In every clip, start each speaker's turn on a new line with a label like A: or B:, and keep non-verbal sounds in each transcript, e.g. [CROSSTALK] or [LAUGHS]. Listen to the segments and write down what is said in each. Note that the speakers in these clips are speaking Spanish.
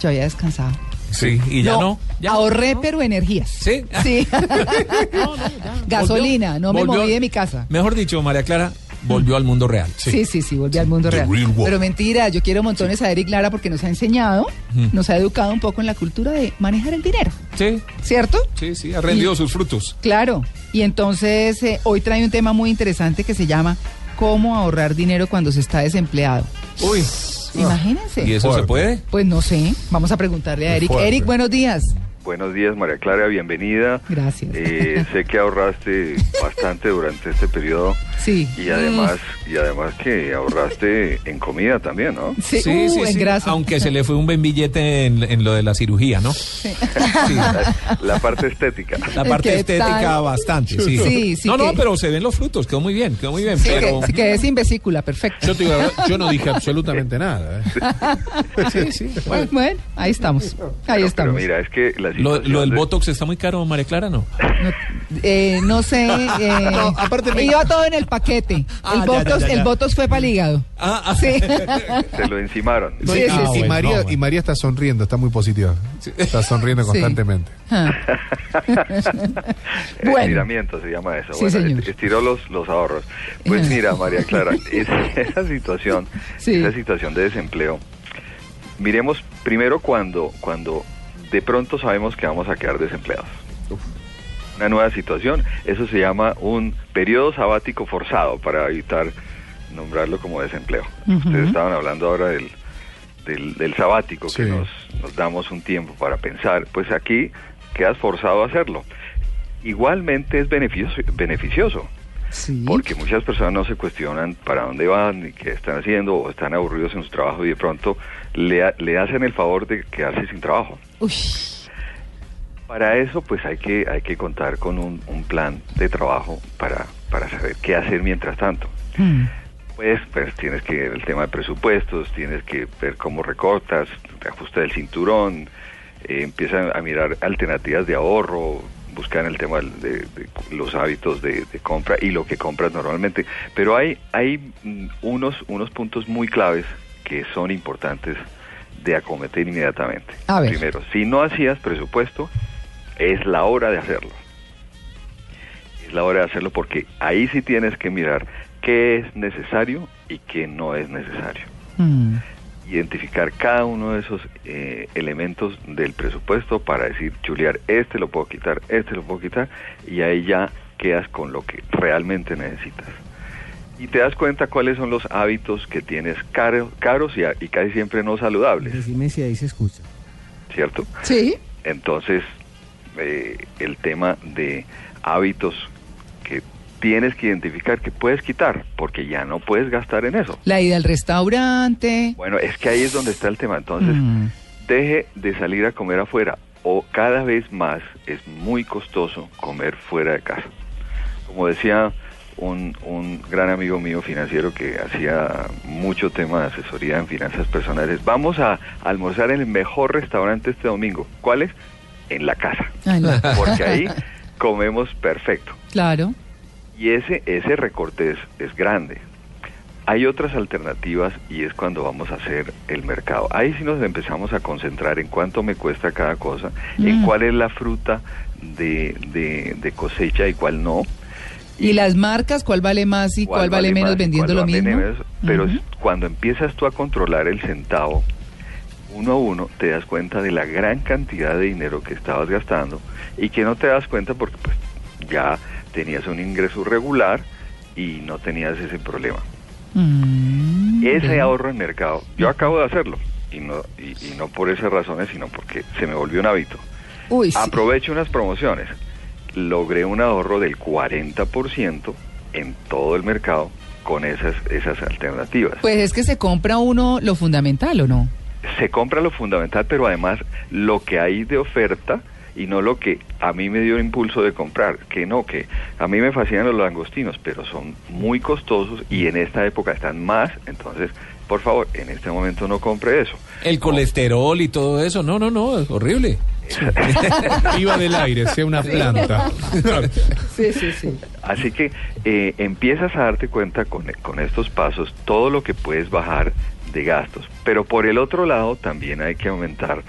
A: Yo había descansado.
B: Sí, y ya no. ya
A: Ahorré, pero energías.
B: Sí.
A: [LAUGHS]
B: [LAUGHS]
A: Sí. [LAUGHS] Gasolina, no me
B: Volvió-
A: moví de mi casa.
B: Mejor dicho, María Clara volvió al mundo real.
A: Sí, sí, sí, volví al mundo real. Pero mentira, yo quiero montones a Eric Lara porque nos ha enseñado, nos ha educado un poco en la cultura de manejar el dinero,
B: Sí,
A: ¿cierto?
B: sí, sí, ha rendido sus frutos.
A: Claro. Y entonces eh, hoy trae un tema muy interesante que se llama ¿Cómo ahorrar dinero cuando se está desempleado?
B: Uy.
A: Imagínense.
B: Ah. ¿Y eso se
C: Fuerte.
B: puede?
A: Pues no sé, vamos a preguntarle a Eric.
C: fuerte.
A: Eric, buenos días.
D: Buenos días, María Clara, bienvenida.
A: Gracias.
D: Eh, sé
A: [LAUGHS]
D: que ahorraste bastante durante este periodo
A: Sí.
D: y además y además que ahorraste en comida
A: [LAUGHS]
D: también, ¿no?
A: [LAUGHS] Sí, uh, en grasa.
B: Aunque se le fue un buen billete en, en lo de la cirugía, ¿no? Sí.
D: La parte estética.
B: La parte
A: ¿Qué
B: estética
A: tal?
B: bastante, sí.
A: Sí, sí
B: no, no,
A: que-
B: pero se ven los frutos, quedó muy bien, quedó muy bien.
A: Sí,
B: pero...
A: que, sí, que es sin vesícula, perfecto.
C: Yo, te digo la verdad, yo no dije absolutamente nada. ¿eh?
B: Sí, sí.
A: Bueno, ahí estamos. Ahí
D: Pero- Pero
A: estamos.
D: mira, es que la
B: Lo,
D: situación
B: lo del
D: de-
B: Botox está muy caro, María Clara, ¿no?
A: Eh, no sé. eh,
C: No, aparte me-
A: Iba todo en el paquete.
B: Ah,
A: el,
B: ya,
A: botox,
B: ya, ya, ya.
A: el botox fue para el hígado.
B: Ah, ah,
A: Sí.
D: se
A: [LAUGHS]
D: lo encimaron.
A: Sí, sí,
C: y,
A: sí.
C: y María,
B: bueno, bueno.
C: y María está sonriendo, está muy positiva. Está sonriendo constantemente.
A: Ah, Bueno.
D: Estiramiento se llama eso.
A: Sí,
D: bueno,
A: señor.
D: est- estiró los, los ahorros.
A: [LAUGHS]
D: Pues
A: Ajá.
D: mira, María Clara,
A: [LAUGHS]
D: es- esa situación,
A: Sí.
D: esa situación de desempleo. Miremos primero cuando, cuando de pronto sabemos que vamos a quedar desempleados. Una nueva situación, eso se llama un periodo sabático forzado para evitar nombrarlo como desempleo. Ustedes estaban hablando ahora del, del, del sabático que
C: Sí.
D: nos, nos damos un tiempo para pensar. Pues aquí quedas forzado a hacerlo igualmente es beneficioso, beneficioso
A: sí.
D: porque muchas personas no se cuestionan para dónde van y qué están haciendo o están aburridos en su trabajo y de pronto le, ha- le hacen el favor de quedarse sin trabajo.
A: Uy,
D: Para eso pues hay que, hay que contar con un, un plan de trabajo para, para saber qué hacer mientras tanto.
A: mm,
D: Pues, pues tienes que ver el tema de presupuestos, tienes que ver cómo recortas, te ajusta el cinturón, eh, empiezan a mirar alternativas de ahorro, buscar el tema del- de, de los hábitos de, de compra y lo que compras normalmente. Pero hay, hay mm, unos, unos puntos muy claves que son importantes de acometer inmediatamente.
A: A ver.
D: Primero, si no hacías presupuesto, es la hora de hacerlo. Es la hora de hacerlo porque ahí sí tienes que mirar qué es necesario y qué no es necesario.
A: mm.
D: Identificar cada uno de esos eh, elementos del presupuesto para decir, chulear, este lo puedo quitar, este lo puedo quitar, y ahí ya quedas con lo que realmente necesitas. Y te das cuenta cuáles son los hábitos que tienes caro- caros y, a- y casi siempre no saludables,
E: Decime si ahí se escucha.
D: ¿cierto?
A: Sí.
D: Entonces, eh, el tema de hábitos que tienes que identificar que puedes quitar, porque ya no puedes gastar en eso.
A: La ida al restaurante.
D: Bueno, es que ahí es donde está el tema. Entonces,
A: Mm.
D: deje de salir a comer afuera o cada vez más es muy costoso comer fuera de casa. Como decía un, un gran amigo mío financiero que hacía mucho tema de asesoría en finanzas personales, vamos a almorzar en el mejor restaurante este domingo. ¿Cuál es? En la casa.
A: Ay, Ah, no.
D: Porque
A: [LAUGHS]
D: ahí comemos perfecto.
A: Claro.
D: Y ese, ese recorte es, es grande. Hay otras alternativas y es cuando vamos a hacer el mercado. Ahí sí nos empezamos a concentrar en cuánto me cuesta cada cosa, en
A: Mm.
D: cuál es la fruta de, de- de cosecha y cuál no.
A: ¿Y las marcas? ¿Cuál vale más y cuál, vale, menos
D: más y
A: vendiendo
D: cuál
A: lo
D: vale
A: mismo?
D: menos. Pero
A: Ujú.
D: es- cuando empiezas tú a controlar el centavo uno a uno, te das cuenta de la gran cantidad de dinero que estabas gastando y que no te das cuenta porque pues, ya tenías un ingreso regular y no tenías ese problema.
A: Mm.
D: Ese ahorro en mercado, yo acabo de hacerlo y no, y, y no por esas razones, sino porque se me volvió un hábito.
A: Uy, sí.
D: Aprovecho unas promociones. Logré un ahorro del 40% en todo el mercado con esas, esas alternativas.
A: Pues es que se compra uno lo fundamental, ¿o no?
D: se compra lo fundamental, pero además lo que hay de oferta y no lo que a mí me dio el impulso de comprar, que no, que a mí me fascinan los langostinos, pero son muy costosos y en esta época están más, entonces, por favor, en este momento no compre eso.
B: El colesterol y todo eso, no, no, no, es horrible. [LAUGHS]
C: Iba del aire, sea una planta.
A: Sí, sí, sí.
D: Así que eh, empiezas a darte cuenta con, con estos pasos todo lo que puedes bajar de gastos, pero por el otro lado también hay que aumentar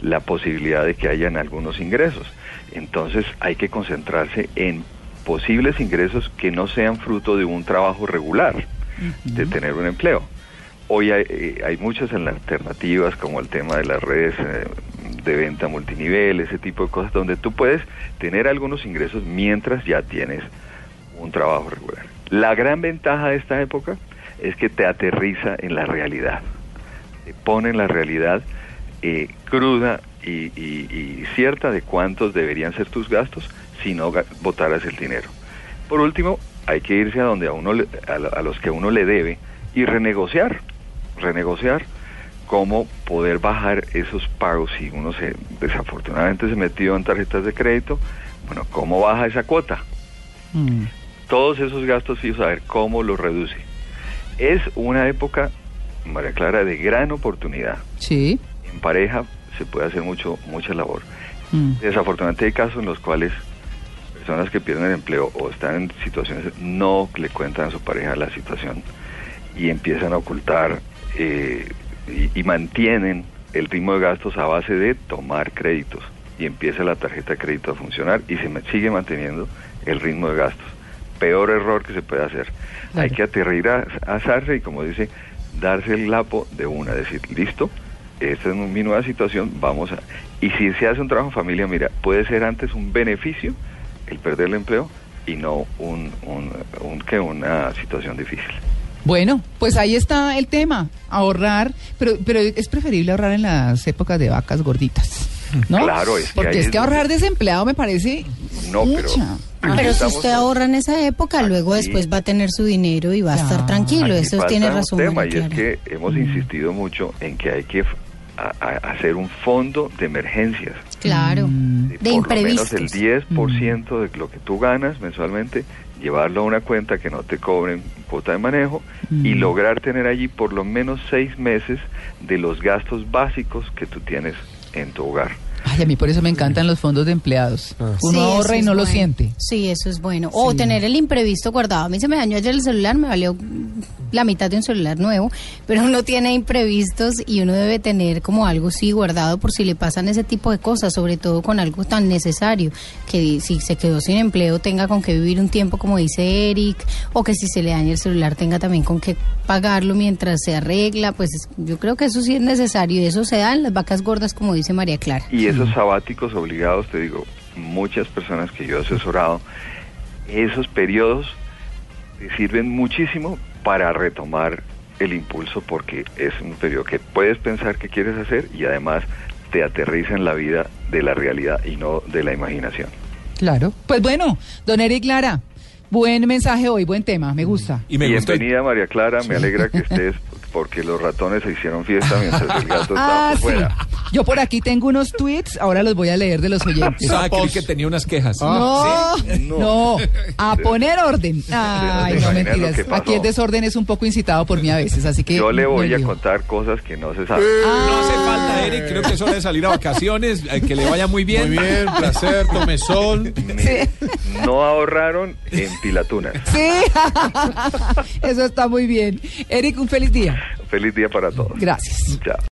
D: la posibilidad de que hayan algunos ingresos. Entonces hay que concentrarse en posibles ingresos que no sean fruto de un trabajo regular, uh -huh. de tener un empleo. Hoy hay, eh, hay muchas en las alternativas como el tema de las redes eh, de venta multinivel, ese tipo de cosas, donde tú puedes tener algunos ingresos mientras ya tienes un trabajo regular. La gran ventaja de esta época es que te aterriza en la realidad, te pone en eh, la realidad eh, cruda y, y, y, cierta de cuántos deberían ser tus gastos si no votaras el dinero. Por último, hay que irse a donde a uno le, a, a, los que uno le debe y renegociar, renegociar cómo poder bajar esos pagos si uno se desafortunadamente se metió en tarjetas de crédito, bueno, cómo baja esa cuota. Mm. Todos esos gastos fijos, a ver cómo los reduce. Es una época, María Clara, de gran oportunidad.
A: Sí
D: en pareja se puede hacer mucho mucha labor. Mm. Desafortunadamente hay casos en los cuales personas que pierden el empleo o están en situaciones no le cuentan a su pareja la situación y empiezan a ocultar eh, y, y, mantienen el ritmo de gastos a base de tomar créditos y empieza la tarjeta de crédito a funcionar y se sigue manteniendo el ritmo de gastos. Peor error que se puede hacer. Claro. Hay que aterrir a, Sarre y como dice, darse el lapo de una, decir, listo, esta es mi nueva situación, vamos a... Y si se hace un trabajo en familia, mira, puede ser antes un beneficio el perder el empleo y no un, un, un que una situación difícil.
A: Bueno, pues ahí está el tema, ahorrar, pero, pero es preferible ahorrar en las épocas de vacas gorditas. ¿No?
D: Claro, es que
A: Porque es que ahorrar desempleado me parece
D: no, pero,
E: pero si usted ahorra en esa época, aquí, luego después va a tener su dinero y va a estar tranquilo. Eso tiene razón.
D: Tema, y es que hemos mm. insistido mucho en que hay que a, a hacer un fondo de emergencias.
E: Claro,
D: de,
E: de imprevistos.
D: Por lo menos el 10% mm. de lo que tú ganas mensualmente, llevarlo a una cuenta que no te cobren cuota de manejo mm. y lograr tener allí por lo menos seis meses de los gastos básicos que tú tienes en tu hogar.
A: Ay, a mí por eso me encantan los fondos de empleados. Ah. Uno sí, ahorra y no
E: bueno.
A: lo siente.
E: Sí, eso es bueno. O sí. tener el imprevisto guardado. A mí se me dañó ayer el celular, me valió la mitad de un celular nuevo, pero uno tiene imprevistos y uno debe tener como algo sí guardado por si le pasan ese tipo de cosas, sobre todo con algo tan necesario, que si se quedó sin empleo tenga con qué vivir un tiempo como dice Eric, o que si se le daña el celular tenga también con qué pagarlo mientras se arregla, pues yo creo que eso sí es necesario y eso se da en las vacas gordas como dice María Clara.
D: Y esos sabáticos obligados, te digo, muchas personas que yo he asesorado, esos periodos te sirven muchísimo para retomar el impulso porque es un periodo que puedes pensar que quieres hacer y además te aterriza en la vida de la realidad y no de la imaginación.
A: Claro. Pues bueno, don Eric Lara, buen mensaje hoy, buen tema, me gusta.
D: Y me Bienvenida gusta. María Clara, me alegra que estés porque los ratones se hicieron fiesta mientras el gato estaba ah, por fuera.
A: Sí. Yo por aquí tengo unos tweets, ahora los voy a leer de los oyentes.
B: Ah, creí que tenía unas quejas.
A: Ah, no, ¿sí? no, no, a poner orden. Ay, no mentiras. Aquí el desorden es un poco incitado por mí a veces, así que...
D: Yo le voy no a contar cosas que no se saben.
B: Ah, no hace falta, Eric, creo que es hora de salir a vacaciones, eh, que le vaya muy bien.
C: Muy bien, placer, tome sol.
D: Sí. No ahorraron en Pilatuna.
A: Sí, eso está muy bien. Eric, un feliz día.
D: Feliz día para todos.
A: Gracias.
D: Chao.